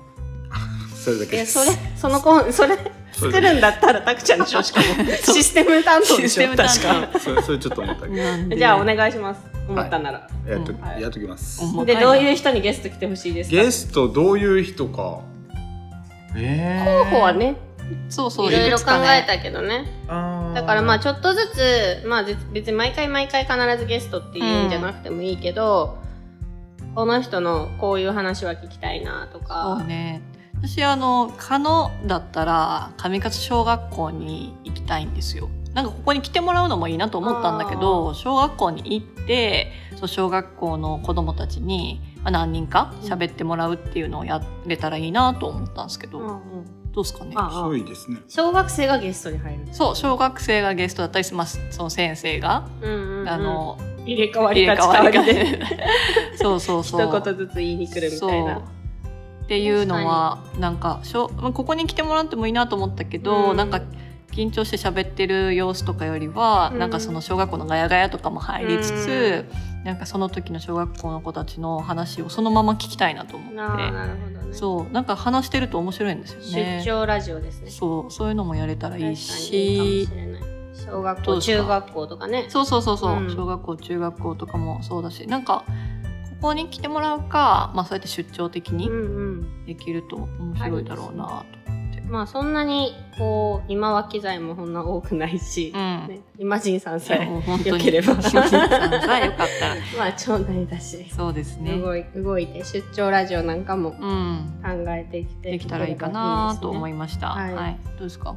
Speaker 4: それだ
Speaker 1: い
Speaker 4: け
Speaker 1: や
Speaker 4: で
Speaker 1: そ
Speaker 4: す
Speaker 1: れその子それ
Speaker 4: それ
Speaker 1: 作るんだったらたくちゃんでしょしかも
Speaker 3: そう
Speaker 1: システム担当で
Speaker 3: シス
Speaker 1: し
Speaker 3: テ
Speaker 1: ょ
Speaker 3: ム担
Speaker 1: 確
Speaker 3: 当
Speaker 1: か
Speaker 4: それそれちょっと思ったけど
Speaker 3: なんで
Speaker 1: じゃあお願いします。思ったなら。
Speaker 4: やっと、
Speaker 3: うん
Speaker 1: はい
Speaker 4: やっときます
Speaker 3: 思
Speaker 1: で
Speaker 3: 若い
Speaker 1: ど
Speaker 3: な
Speaker 1: ういう人にゲスト来てほしいですか。
Speaker 4: ゲストどういう人かええ
Speaker 1: 候補はね、
Speaker 3: そうそう
Speaker 1: いろいろ
Speaker 3: くつ
Speaker 1: 考
Speaker 3: かね
Speaker 1: えたけどね。だからまあちょっとずつまあぜ別に毎回毎回必ずゲストっていうんじゃなくてもいいけど、この人のこういう話は聞きたいなと
Speaker 3: そ
Speaker 1: か
Speaker 3: う。ね私あの加納だったら上勝小学校に行きたいんですよなんかここに来てもらうのもいいなと思ったんだけど小学校に行ってそう小学校の子供たちにまあ何人か喋ってもらうっていうのをやれたらいいなと思ったんですけど、
Speaker 1: うんうん
Speaker 3: どうですかね
Speaker 1: あ
Speaker 4: そういいですね
Speaker 1: 小学生がゲストに入る。
Speaker 3: そう小学生がゲストだったりしますその先生が、
Speaker 1: うんうんうん
Speaker 3: あの
Speaker 1: 入れ替わり
Speaker 3: 入れ
Speaker 1: 立ち
Speaker 3: 替
Speaker 1: 替
Speaker 3: わ
Speaker 1: わ
Speaker 3: り
Speaker 1: り
Speaker 3: で
Speaker 1: で
Speaker 3: そうそうそう
Speaker 1: 一言ずつ言いに来るみたい
Speaker 3: そう
Speaker 1: な。
Speaker 3: っていうのはなんかしょまあここに来てもらってもいいなと思ったけど、
Speaker 1: うん
Speaker 3: なんか緊張して喋ってる様子とかよりは、
Speaker 1: うん
Speaker 3: なんかその小学校のガヤガヤとかも入りつつ、なんかその時の小学校の子たちの話をそのまま聞きたいなと思
Speaker 1: なあ
Speaker 3: って、
Speaker 1: なるほどね。
Speaker 3: そうなんか話してると面白いんですよね
Speaker 1: 出張ラジオですね。
Speaker 3: そうそういうのもやれたらいい
Speaker 1: 確かにいい
Speaker 3: し
Speaker 1: かもしれない小学
Speaker 3: どう
Speaker 1: 校
Speaker 3: ですか
Speaker 1: 中学校とかね
Speaker 3: そうそうそうそう、
Speaker 1: うん
Speaker 3: 小学校中学校とかもそうだしなんかここに来てもらうか、まあ、そうやって出張的に
Speaker 1: うんうん
Speaker 3: できると面白いだろうなと。
Speaker 1: まあそんなにこう今は機材もそんな多くないし、
Speaker 3: うん
Speaker 1: ね、イマジンさん
Speaker 3: そ
Speaker 1: さ
Speaker 3: う
Speaker 1: え
Speaker 3: 本当
Speaker 1: 良
Speaker 3: に
Speaker 1: ければ
Speaker 3: さあよかったら
Speaker 1: まあ町内だし、
Speaker 3: そうですね
Speaker 1: 動い動いて出張ラジオなんかも考
Speaker 3: うん
Speaker 1: えてきて
Speaker 3: できたらいいかなと思
Speaker 1: い
Speaker 3: いました
Speaker 1: はい
Speaker 3: はいどうですか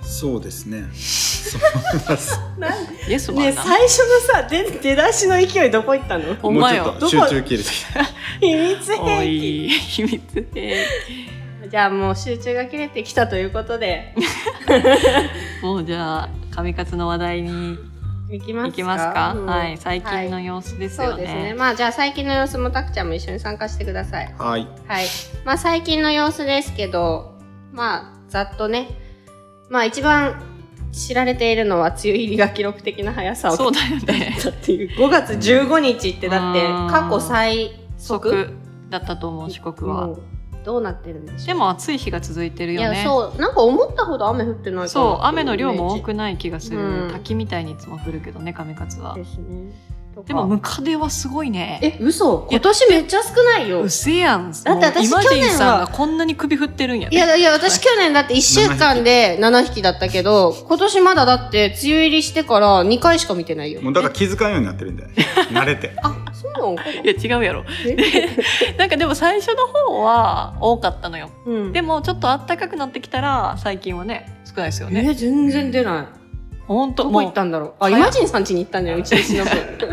Speaker 4: そうで すねそうです
Speaker 1: ますね
Speaker 3: イエス
Speaker 1: なんね
Speaker 3: マン
Speaker 1: 最初のさ出出だしの勢いどこ行った の
Speaker 3: お
Speaker 4: もう
Speaker 3: 前
Speaker 4: ちょ
Speaker 3: よ
Speaker 4: っ
Speaker 1: ど
Speaker 4: と
Speaker 1: こ
Speaker 4: 集中切れてきた
Speaker 1: 秘密
Speaker 3: お
Speaker 1: 兵器
Speaker 3: い秘密 兵
Speaker 1: じゃあもう集中が切れてきたということで
Speaker 3: 器もうじゃあ上勝の話題に
Speaker 1: いきますか
Speaker 3: 行きますか
Speaker 1: うん
Speaker 3: はい最近
Speaker 1: は
Speaker 3: の
Speaker 1: い
Speaker 3: 様子です
Speaker 1: そう
Speaker 3: よ
Speaker 1: ですね
Speaker 3: ね
Speaker 1: まあじゃあ最近の様子もたくちゃんも一緒に参加してください
Speaker 4: はい
Speaker 1: はい。まあ最近の様子ですけど、まあざっとね、まあ一番知られているのは梅雨入りが記録的な速さを
Speaker 3: そう
Speaker 1: だ
Speaker 3: だよね
Speaker 1: ったっていう。5月15日ってだって
Speaker 3: うん
Speaker 1: 過去最速
Speaker 3: 即だったと思う四国
Speaker 1: も
Speaker 3: は
Speaker 1: うどうなってるんでし
Speaker 3: で
Speaker 1: ょう。
Speaker 3: も暑い日が続いてる
Speaker 1: い
Speaker 3: よ
Speaker 1: や
Speaker 3: ね
Speaker 1: そうなんか思ったほど雨降ってない
Speaker 3: そう雨の量も多
Speaker 1: い
Speaker 3: くない気がす
Speaker 1: う
Speaker 3: る
Speaker 1: ん
Speaker 3: 滝みたいにいつも降るけどね上勝は
Speaker 1: ですね。とか
Speaker 3: でもムカデはすごいね
Speaker 1: え嘘今年めっちゃ少ないよ
Speaker 3: う。せやん。
Speaker 1: だって私
Speaker 3: もうイマジンさ
Speaker 1: 去
Speaker 3: ん
Speaker 1: 年は
Speaker 3: がこんなに首振ってるんや、ね。
Speaker 1: いやいや、私去年だって1週間で7匹だったけど、今年まだだって梅雨入りしてから2回しか見てないよ
Speaker 4: も。うだから気遣うようになってるんだよね慣れて
Speaker 1: あ、そうなのかない
Speaker 3: や違うやろ。
Speaker 1: え
Speaker 3: なんかでも最初の方は多かったのよ。
Speaker 1: うん
Speaker 3: でもちょっと暖かくなってきたら最近はね少ないですよね。
Speaker 1: え、全然出ない。
Speaker 3: 本当
Speaker 1: どこ行っ
Speaker 3: も
Speaker 1: たんだろう。あ、
Speaker 3: はい
Speaker 1: イマジンさん家に行ったんだよ、うちの忍
Speaker 3: うイマジンさ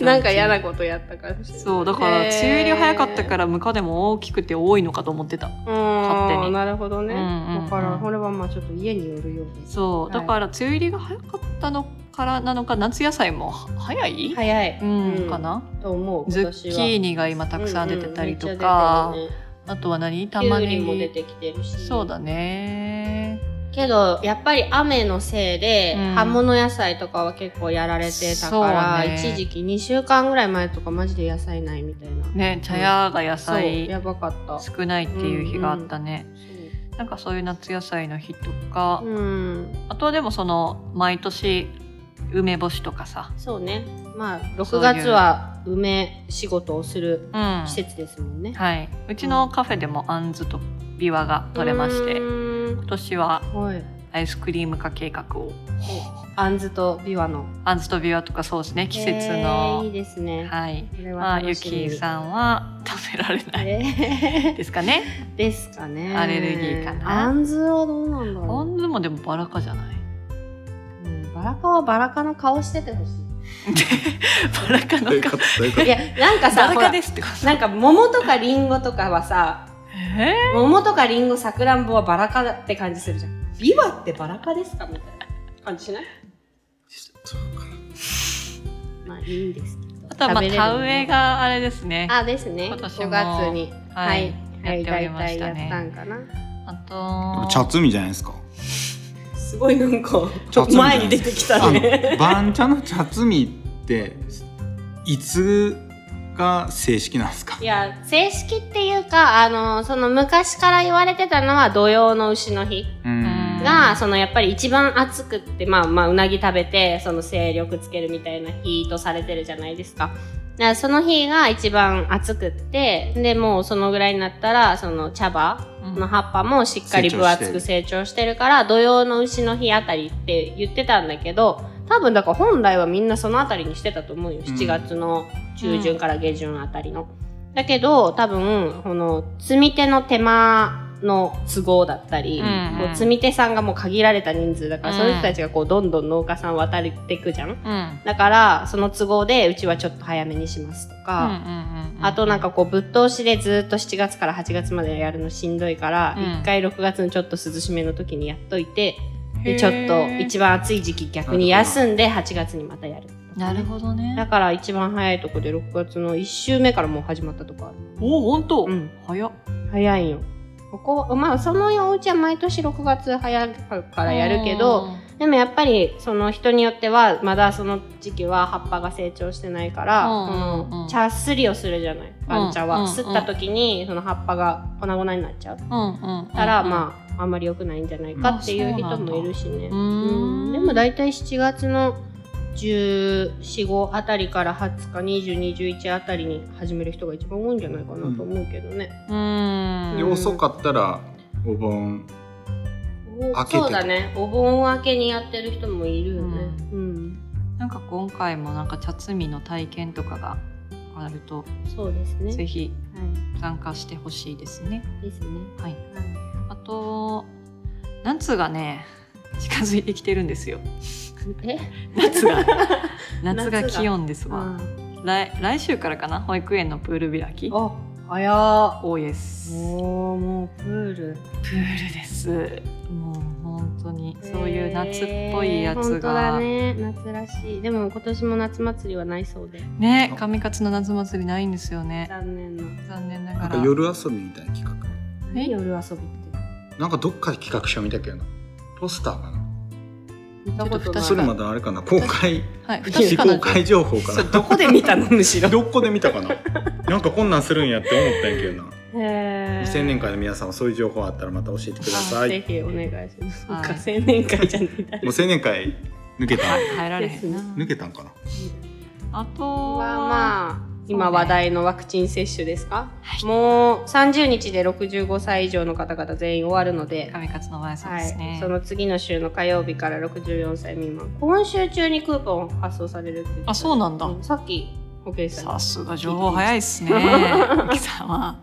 Speaker 1: ぶ。 なんか嫌
Speaker 3: な。
Speaker 1: なことやったから。
Speaker 3: そうだから
Speaker 1: へー
Speaker 3: 梅雨入りは早かったからムカデも大きくて多いのかと思ってた。
Speaker 1: うー
Speaker 3: 勝
Speaker 1: ん
Speaker 3: 手に
Speaker 1: なるほどね。
Speaker 3: うんうんうん
Speaker 1: だから、これはまあちょっと家によるようです。
Speaker 3: そう
Speaker 1: はい
Speaker 3: だから梅雨入りが早かったのからなのか夏野菜も早い、
Speaker 1: 早い。
Speaker 3: うん、
Speaker 1: うん
Speaker 3: かな。
Speaker 1: と思う、
Speaker 3: ズ
Speaker 1: 今
Speaker 3: ッキ
Speaker 1: 年は。
Speaker 3: ーニが今たくさん出てたりと
Speaker 1: う
Speaker 3: か、
Speaker 1: んうんめっちゃ出てるね
Speaker 3: あとは
Speaker 1: き
Speaker 3: 何
Speaker 1: ゅ
Speaker 3: 玉
Speaker 1: う
Speaker 3: ね
Speaker 1: りも出
Speaker 3: ぎ
Speaker 1: てきてるし。
Speaker 3: そうだね。
Speaker 1: けどやっぱり雨のせいで、
Speaker 3: うん
Speaker 1: 葉物野菜とかは結構やられてたから、
Speaker 3: そうね
Speaker 1: 一時期2週間ぐらい前とかマジで野菜ないみたいな、
Speaker 3: ね茶屋が野
Speaker 1: そう
Speaker 3: 菜
Speaker 1: やばかったそ
Speaker 3: 少ないっていう日があったね、なんかそういう夏野菜の日とか、
Speaker 1: ううん
Speaker 3: あとはでもその毎年梅干しとかさ、
Speaker 1: そうねまあ
Speaker 3: そ
Speaker 1: 6
Speaker 3: ういう
Speaker 1: 月は梅仕事をする
Speaker 3: うん、
Speaker 1: 季節ですもんね、
Speaker 3: はいうちのカフェでもあんずとビワが取れまして
Speaker 1: う
Speaker 3: 今
Speaker 1: ーん
Speaker 3: 年は
Speaker 1: はい
Speaker 3: アイスクリーム化計画を
Speaker 1: あんずとビワの
Speaker 3: あんずとビワとかそうですね季節
Speaker 1: えーいい
Speaker 3: の、
Speaker 1: ですね
Speaker 3: はい
Speaker 1: これ
Speaker 3: ま
Speaker 1: は
Speaker 3: あゆ
Speaker 1: 楽しみ
Speaker 3: きさんは食べられない
Speaker 1: え
Speaker 3: ですかね
Speaker 1: ー ですかね
Speaker 3: アレルギーかな
Speaker 1: あんずはどうなんだろう
Speaker 3: あんずもでもバラ科じゃない
Speaker 1: うんバラ科はバラ科の顔しててほし
Speaker 3: バラ科
Speaker 4: どうい
Speaker 3: の
Speaker 4: うこ
Speaker 3: 科
Speaker 4: とどういうこ
Speaker 1: い。いや、なんか
Speaker 3: バ
Speaker 1: さ、
Speaker 3: ラ
Speaker 1: ほ
Speaker 3: 科
Speaker 1: ら
Speaker 3: ですってこ
Speaker 1: なんか桃とかリンゴとかはさ、
Speaker 3: とえ
Speaker 1: 桃とかリンゴ、さくらんぼはバラ科だって感じするじゃん。ビワってバラ科ですかみたいな感じしない
Speaker 4: とそうか
Speaker 1: まあいいんですけど。
Speaker 3: あとはま
Speaker 1: 食
Speaker 3: あ
Speaker 1: べれる
Speaker 3: 田植え。があれですね
Speaker 1: あ、ですね。
Speaker 3: 今年も
Speaker 1: 5月に。
Speaker 3: は
Speaker 1: はいい。はい、
Speaker 3: やっ
Speaker 1: 大
Speaker 3: ておりまし
Speaker 1: 体
Speaker 3: た
Speaker 1: や
Speaker 3: ね
Speaker 1: ったんかな。
Speaker 3: あ
Speaker 4: でも
Speaker 3: と
Speaker 4: 茶摘みじゃないですか。
Speaker 1: すごいなんか、
Speaker 4: ちょっと前に出
Speaker 1: てき
Speaker 4: あの。番茶の茶摘みっていつが正式なんですか
Speaker 1: い。や、正式っていうか、あの、その昔から言われてたのは土用の牛の日。
Speaker 4: うーん
Speaker 1: が、そのやっぱり一番暑くって、まあまあ、うなぎ食べて、その精力つけるみたいな日とされてるじゃないですか。だからその日が一番暑くって、で、もうそのぐらいになったら、その茶葉
Speaker 3: うん
Speaker 1: の葉っぱもしっかり分厚く成長してるから、土用の牛の日あたりって言ってたんだけど、多分だから本来はみんなそのあたりにしてたと思うよ。7月の中旬から下旬あたりの。だけど、多分、この、積み手の手間の都合だったり、
Speaker 3: うん
Speaker 1: こう積み手さんがもう限られた人数だから、
Speaker 3: うん
Speaker 1: そういう人たちがこう、どんどん農家さん渡ってくじゃん。
Speaker 3: うんうん
Speaker 1: だから、その都合で、うちはちょっと早めにしますと
Speaker 3: うん
Speaker 1: か、
Speaker 3: うんうん
Speaker 1: あとなんかこう、ぶっ通しでずっと7月から8月までやるのしんどいから、
Speaker 3: うん
Speaker 1: 一回6月のちょっと涼しめの時にやっといて、
Speaker 3: へー
Speaker 1: で、ちょっと一番暑い時期逆に休んで、8月にまたやる。
Speaker 3: なるほど
Speaker 1: だ
Speaker 3: ね
Speaker 1: から一番早いとこで6月の1週目からもう始まったとこある。
Speaker 3: お本当、
Speaker 1: うん
Speaker 3: 早っ
Speaker 1: 早いんよ。ここ、まあ、そのお家は毎年6月早くからやるけど、でもやっぱり、その人によっては、まだその時期は葉っぱが成長してないから、
Speaker 3: うん
Speaker 1: こ
Speaker 3: うん
Speaker 1: の茶すりをするじゃない、番茶
Speaker 3: うん
Speaker 1: は。
Speaker 3: うん
Speaker 1: すった時に、その葉っぱが粉々になっちゃう。
Speaker 3: うんうんうん
Speaker 1: たら、まあ、あんまり良くないんじゃないかっていう人もいるしね。
Speaker 3: う
Speaker 1: うん
Speaker 3: ん
Speaker 1: でも大体7月の14、5あたりから20日、20、21あたりに始める人が一番多いんじゃないかなと思うけどね。
Speaker 3: うん
Speaker 4: で遅かったらお盆
Speaker 1: お
Speaker 4: 開けて
Speaker 1: そうだねお盆明けにやってる人もいるよねうん、
Speaker 3: なんか今回もなんか茶摘みの体験とかがあると、
Speaker 1: そうですね
Speaker 3: ぜひ
Speaker 1: は
Speaker 3: 参加してほしいですね。
Speaker 1: いですね
Speaker 3: はい。
Speaker 1: は
Speaker 3: あと夏がね近づいてきてるん ですよ。
Speaker 1: いえ
Speaker 3: 夏が夏
Speaker 1: 夏が
Speaker 3: が気温ですわ。
Speaker 1: あ
Speaker 3: 来来週からかな保育園のプール開き。
Speaker 1: あ早
Speaker 3: 多いです。
Speaker 1: おーもうプール
Speaker 3: プールです。もう本当にそういう夏っぽいや
Speaker 1: えー
Speaker 3: つ
Speaker 1: 本当だ
Speaker 3: が、
Speaker 1: ね夏らしいでも今年も夏祭りはないそうで
Speaker 3: ね神勝の夏祭りないんですよね。
Speaker 1: 残念な
Speaker 3: 残念な
Speaker 4: な
Speaker 3: が。
Speaker 4: んから夜遊びみたいな企
Speaker 3: え
Speaker 1: 何夜遊びって
Speaker 4: 画なんかどっかで企画書見たけどなポスターかな
Speaker 1: 見たことない
Speaker 4: それまだあれかな公開
Speaker 3: はい。二つ
Speaker 4: 非
Speaker 3: かな
Speaker 4: 公開情報かな
Speaker 1: どこで見たのむ しろ
Speaker 4: どこで見たかななんかこんなんするんやって思ったんやけどな
Speaker 1: へ
Speaker 4: 青年会の皆さんはそういう情報あったらまた教えてくださ
Speaker 1: 会ぜ
Speaker 4: い
Speaker 1: ひお願いしますそ
Speaker 3: は
Speaker 1: っ
Speaker 3: い
Speaker 1: か青年会じゃねえ
Speaker 4: もう青年会抜けた
Speaker 3: 入られへんな。
Speaker 4: 抜けたんかな
Speaker 3: あとは
Speaker 1: はまあ、今話題のワクチン接種ですか、
Speaker 3: はい
Speaker 1: もう30日で65歳以上の方々全員終わるので、
Speaker 3: 神勝の場合はそう
Speaker 1: は
Speaker 3: です
Speaker 1: い
Speaker 3: ね。、
Speaker 1: その次の週の火曜日から64歳未満今週中にクーポン発送されるって言ってた
Speaker 3: あそうなんだ
Speaker 1: さっき保健師さん
Speaker 3: さ
Speaker 1: に
Speaker 3: すが情報早いですね。ゆきさんは。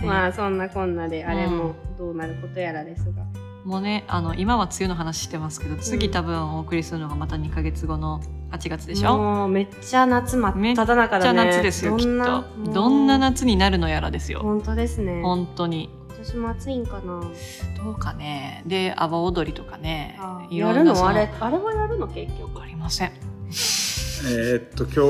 Speaker 3: ね
Speaker 1: まあそんなこんなであれもどうなることやらですが、
Speaker 3: もうねあの今は梅雨の話してますけど次多分お送りするのがまた2ヶ月後の8月でしょ。
Speaker 1: もうめっちゃ夏真っ只中
Speaker 3: じゃ
Speaker 1: だ
Speaker 3: あ
Speaker 1: ね
Speaker 3: 夏ですよきっと。
Speaker 1: もう
Speaker 3: どんな夏になるのやらですよ。
Speaker 1: 本当ですね今
Speaker 3: 本当に
Speaker 1: 年も暑いんかな
Speaker 3: どうかねで阿波踊りとかね
Speaker 1: あ
Speaker 3: いろ
Speaker 1: や
Speaker 3: んな
Speaker 1: る
Speaker 3: そ
Speaker 1: のあれあれはやるの結局
Speaker 3: わかりません
Speaker 4: えーっと今日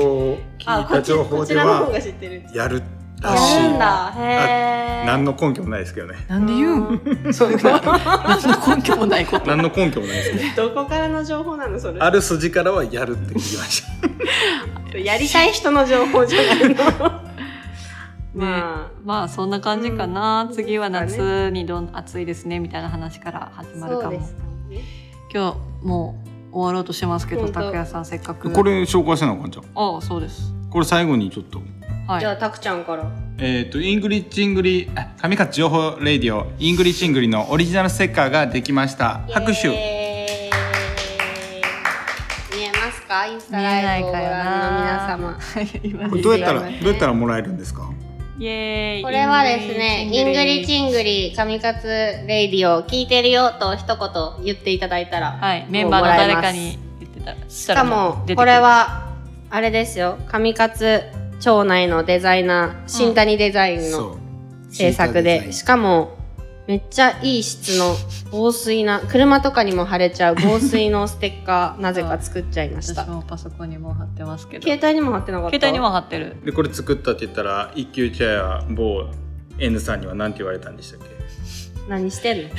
Speaker 4: 聞いた情報では
Speaker 1: が知ってる
Speaker 4: やる
Speaker 1: や
Speaker 4: だし
Speaker 1: るんだ。へえ。
Speaker 4: 何の根拠もないですけどね
Speaker 5: なんで言うん
Speaker 1: ん
Speaker 5: そういうの何の根拠もないこと
Speaker 4: 何の根拠もないですけど
Speaker 1: どこからの情報なのそれ。
Speaker 4: ある筋からはやるって聞きました
Speaker 1: やりたい人の情報じゃないの。 ま
Speaker 3: まあそんな感じかな、次は夏にどん暑いですねみたいな話から始
Speaker 1: あ、
Speaker 3: まるか
Speaker 1: そうで
Speaker 3: も
Speaker 1: すかね。
Speaker 3: 今日もう終わろうとしてますけど
Speaker 1: 本当
Speaker 3: 拓也さんせっか く
Speaker 4: これ紹介せなあかんじゃん
Speaker 3: ああそうです
Speaker 4: これ最後にちょっと
Speaker 3: はい
Speaker 1: じゃあ、たくちゃんから。
Speaker 4: えっ、と、イングリッチイングリ、あ神勝情報レディオ、イングリッチイングリのオリジナルステッカーができました。拍
Speaker 1: イ
Speaker 4: 手。
Speaker 1: エーイ見えますかインスタライブをご覧の皆様。
Speaker 3: 今
Speaker 4: こ
Speaker 3: ね
Speaker 4: れどうやったら、
Speaker 1: いいですよね
Speaker 4: どうやったらもらえるんですか。
Speaker 3: イエーイ
Speaker 1: これはですね、イングリッチイングリー、神勝レイディオ、聞いてるよと一言言っていただいたら。
Speaker 3: はいメンバーの誰かに言ってたらし
Speaker 1: したからも
Speaker 3: 出てくる
Speaker 1: これはあれですよ上勝町内のデザイナー新谷デザインの
Speaker 4: う
Speaker 1: 制作で、しかもめっちゃいい質の防水な車とかにも貼れちゃう防水のステッカーなぜか作っちゃいました
Speaker 3: 私もパソコンにも貼ってますけど
Speaker 1: 携帯にも貼ってなかった
Speaker 3: 携帯にも貼ってる
Speaker 4: で、これ作ったって言ったら、一級茶屋某 N さんには何て言われたんでしたっけ。
Speaker 1: 何してんの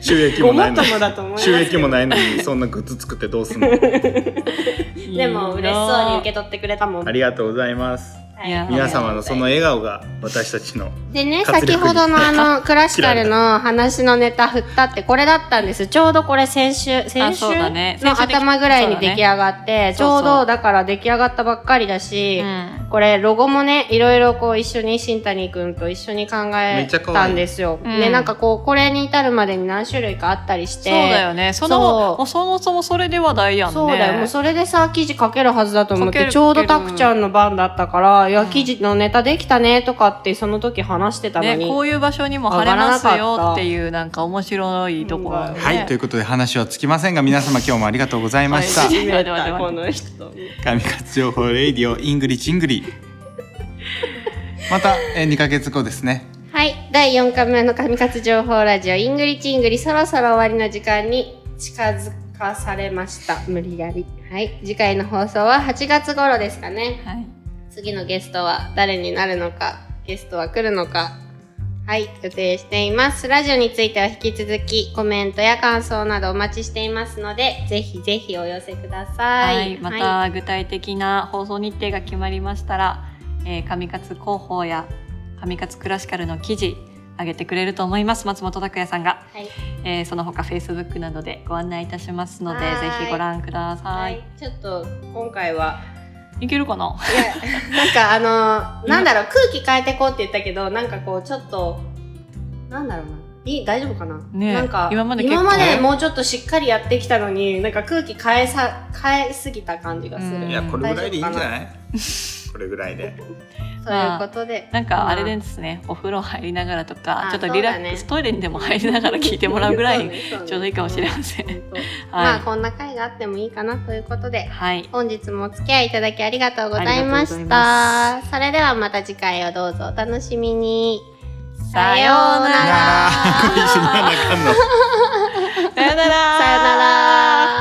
Speaker 4: 収益
Speaker 1: ご
Speaker 4: も
Speaker 1: も
Speaker 4: な
Speaker 1: っ
Speaker 4: いの
Speaker 1: と
Speaker 4: に。
Speaker 1: もだと思います
Speaker 4: 収益もないのに、そんなグッズ作ってどうすん の。
Speaker 1: でも嬉しそうに受け取ってくれたもん、
Speaker 4: ありがとうございます。
Speaker 1: はい
Speaker 3: いや
Speaker 4: 皆様のその笑顔が、私たちの。
Speaker 1: でね、
Speaker 4: 活力
Speaker 1: 先
Speaker 4: に
Speaker 1: ほどのあの、クラシカル
Speaker 4: 嫌い
Speaker 1: の話のネタ振ったって、これだったんです。ちょうどこれ先週、先週
Speaker 3: そうだね
Speaker 1: の
Speaker 3: 先週でき
Speaker 1: 頭ぐらい
Speaker 3: そ
Speaker 1: に
Speaker 3: うだ
Speaker 1: 出
Speaker 3: ね
Speaker 1: 来上がって、ちょ
Speaker 3: そうそう
Speaker 1: うどだから出来上がったばっかりだし、
Speaker 3: うん
Speaker 1: これロゴもね、いろいろこう一緒に新谷くんと一緒に考え
Speaker 4: めっちゃ可愛い
Speaker 1: たんですよ。
Speaker 3: うん
Speaker 1: で、なんかこう、これに至るまでに何種類かあったりして、
Speaker 3: そうだよね
Speaker 1: そ
Speaker 3: そ
Speaker 1: う
Speaker 3: のもうそもそもそれで話題やんね
Speaker 1: そうだよ。もうそれでさ、記事書けるはずだと思っ
Speaker 3: 書け
Speaker 1: て、
Speaker 3: る
Speaker 1: ちょうどたくちゃんの番だったから、いうや、
Speaker 3: ん
Speaker 1: 記事のネタできたねとかって、その時話してたの
Speaker 3: ね、
Speaker 1: に。
Speaker 3: こういう場所にも晴れますよっていうなんか面白いところ、ね、
Speaker 4: はい、ということで、話はつきませんが、皆様今日もありがとうございました。
Speaker 3: はい
Speaker 1: 初めて
Speaker 3: 待って待って待って
Speaker 1: この人。
Speaker 4: 神勝情報レイディオイングリッチイングリまたえー2ヶ月後ですね
Speaker 1: はい。第4回目の神活情報ラジオ、イングリッチイングリ、そろそろ終わりの時間に近づかされました。無理やり。はい。次回の放送は8月頃ですかね。
Speaker 3: はい、
Speaker 1: 次のゲストは誰になるのか、ゲストは来るのか、はい、予定しています。ラジオについては引き続きコメントや感想などお待ちしていますので、ぜひぜひお寄せください。
Speaker 3: はいま
Speaker 1: は
Speaker 3: た具体的な放送日程が決まりましたら、えー、上勝広報や上勝クラシカルの記事上げてくれると思います松本拓也さんが、
Speaker 1: はい
Speaker 3: えーその他 Facebook などでご案内いたしますのでぜ
Speaker 1: はい
Speaker 3: ひご覧くだ
Speaker 1: い
Speaker 3: さ、
Speaker 1: はいい、ちょっと今回は、
Speaker 3: い、けるかない
Speaker 1: や、 なんかあの、なんだろう、空気変えてこうって言ったけど、なんかこう、ちょっと、なんだろうな。いい大丈夫かな、
Speaker 3: ねえ
Speaker 1: なんか
Speaker 3: 今まで結構
Speaker 1: もうちょっとしっかりやってきたのになんか空気変えさ変えすぎた感じがする、
Speaker 3: うん
Speaker 4: いやこれぐらいでいいんじゃないこれぐらいで
Speaker 1: そういうことで、
Speaker 3: なんかあれですね、お風呂入りながらとか
Speaker 1: あ
Speaker 3: ちょっとリラックス、
Speaker 1: そうだね
Speaker 3: トイレにでも入りながら聞いてもらうぐら
Speaker 1: そう
Speaker 3: い
Speaker 1: ねそうね
Speaker 3: ちょうどいいかもしれ ません
Speaker 1: 本当
Speaker 3: は
Speaker 1: まあ
Speaker 3: い、
Speaker 1: こんな回があってもいいかなということで
Speaker 3: はい、
Speaker 1: 本日もお付き合いいただきありがとうございま
Speaker 3: あり
Speaker 1: し
Speaker 3: が
Speaker 1: たそれではまた次回をどうぞお楽しみに
Speaker 3: さようなら
Speaker 4: な あこれ一緒にやらなあかんの
Speaker 3: さよなら
Speaker 1: さよなら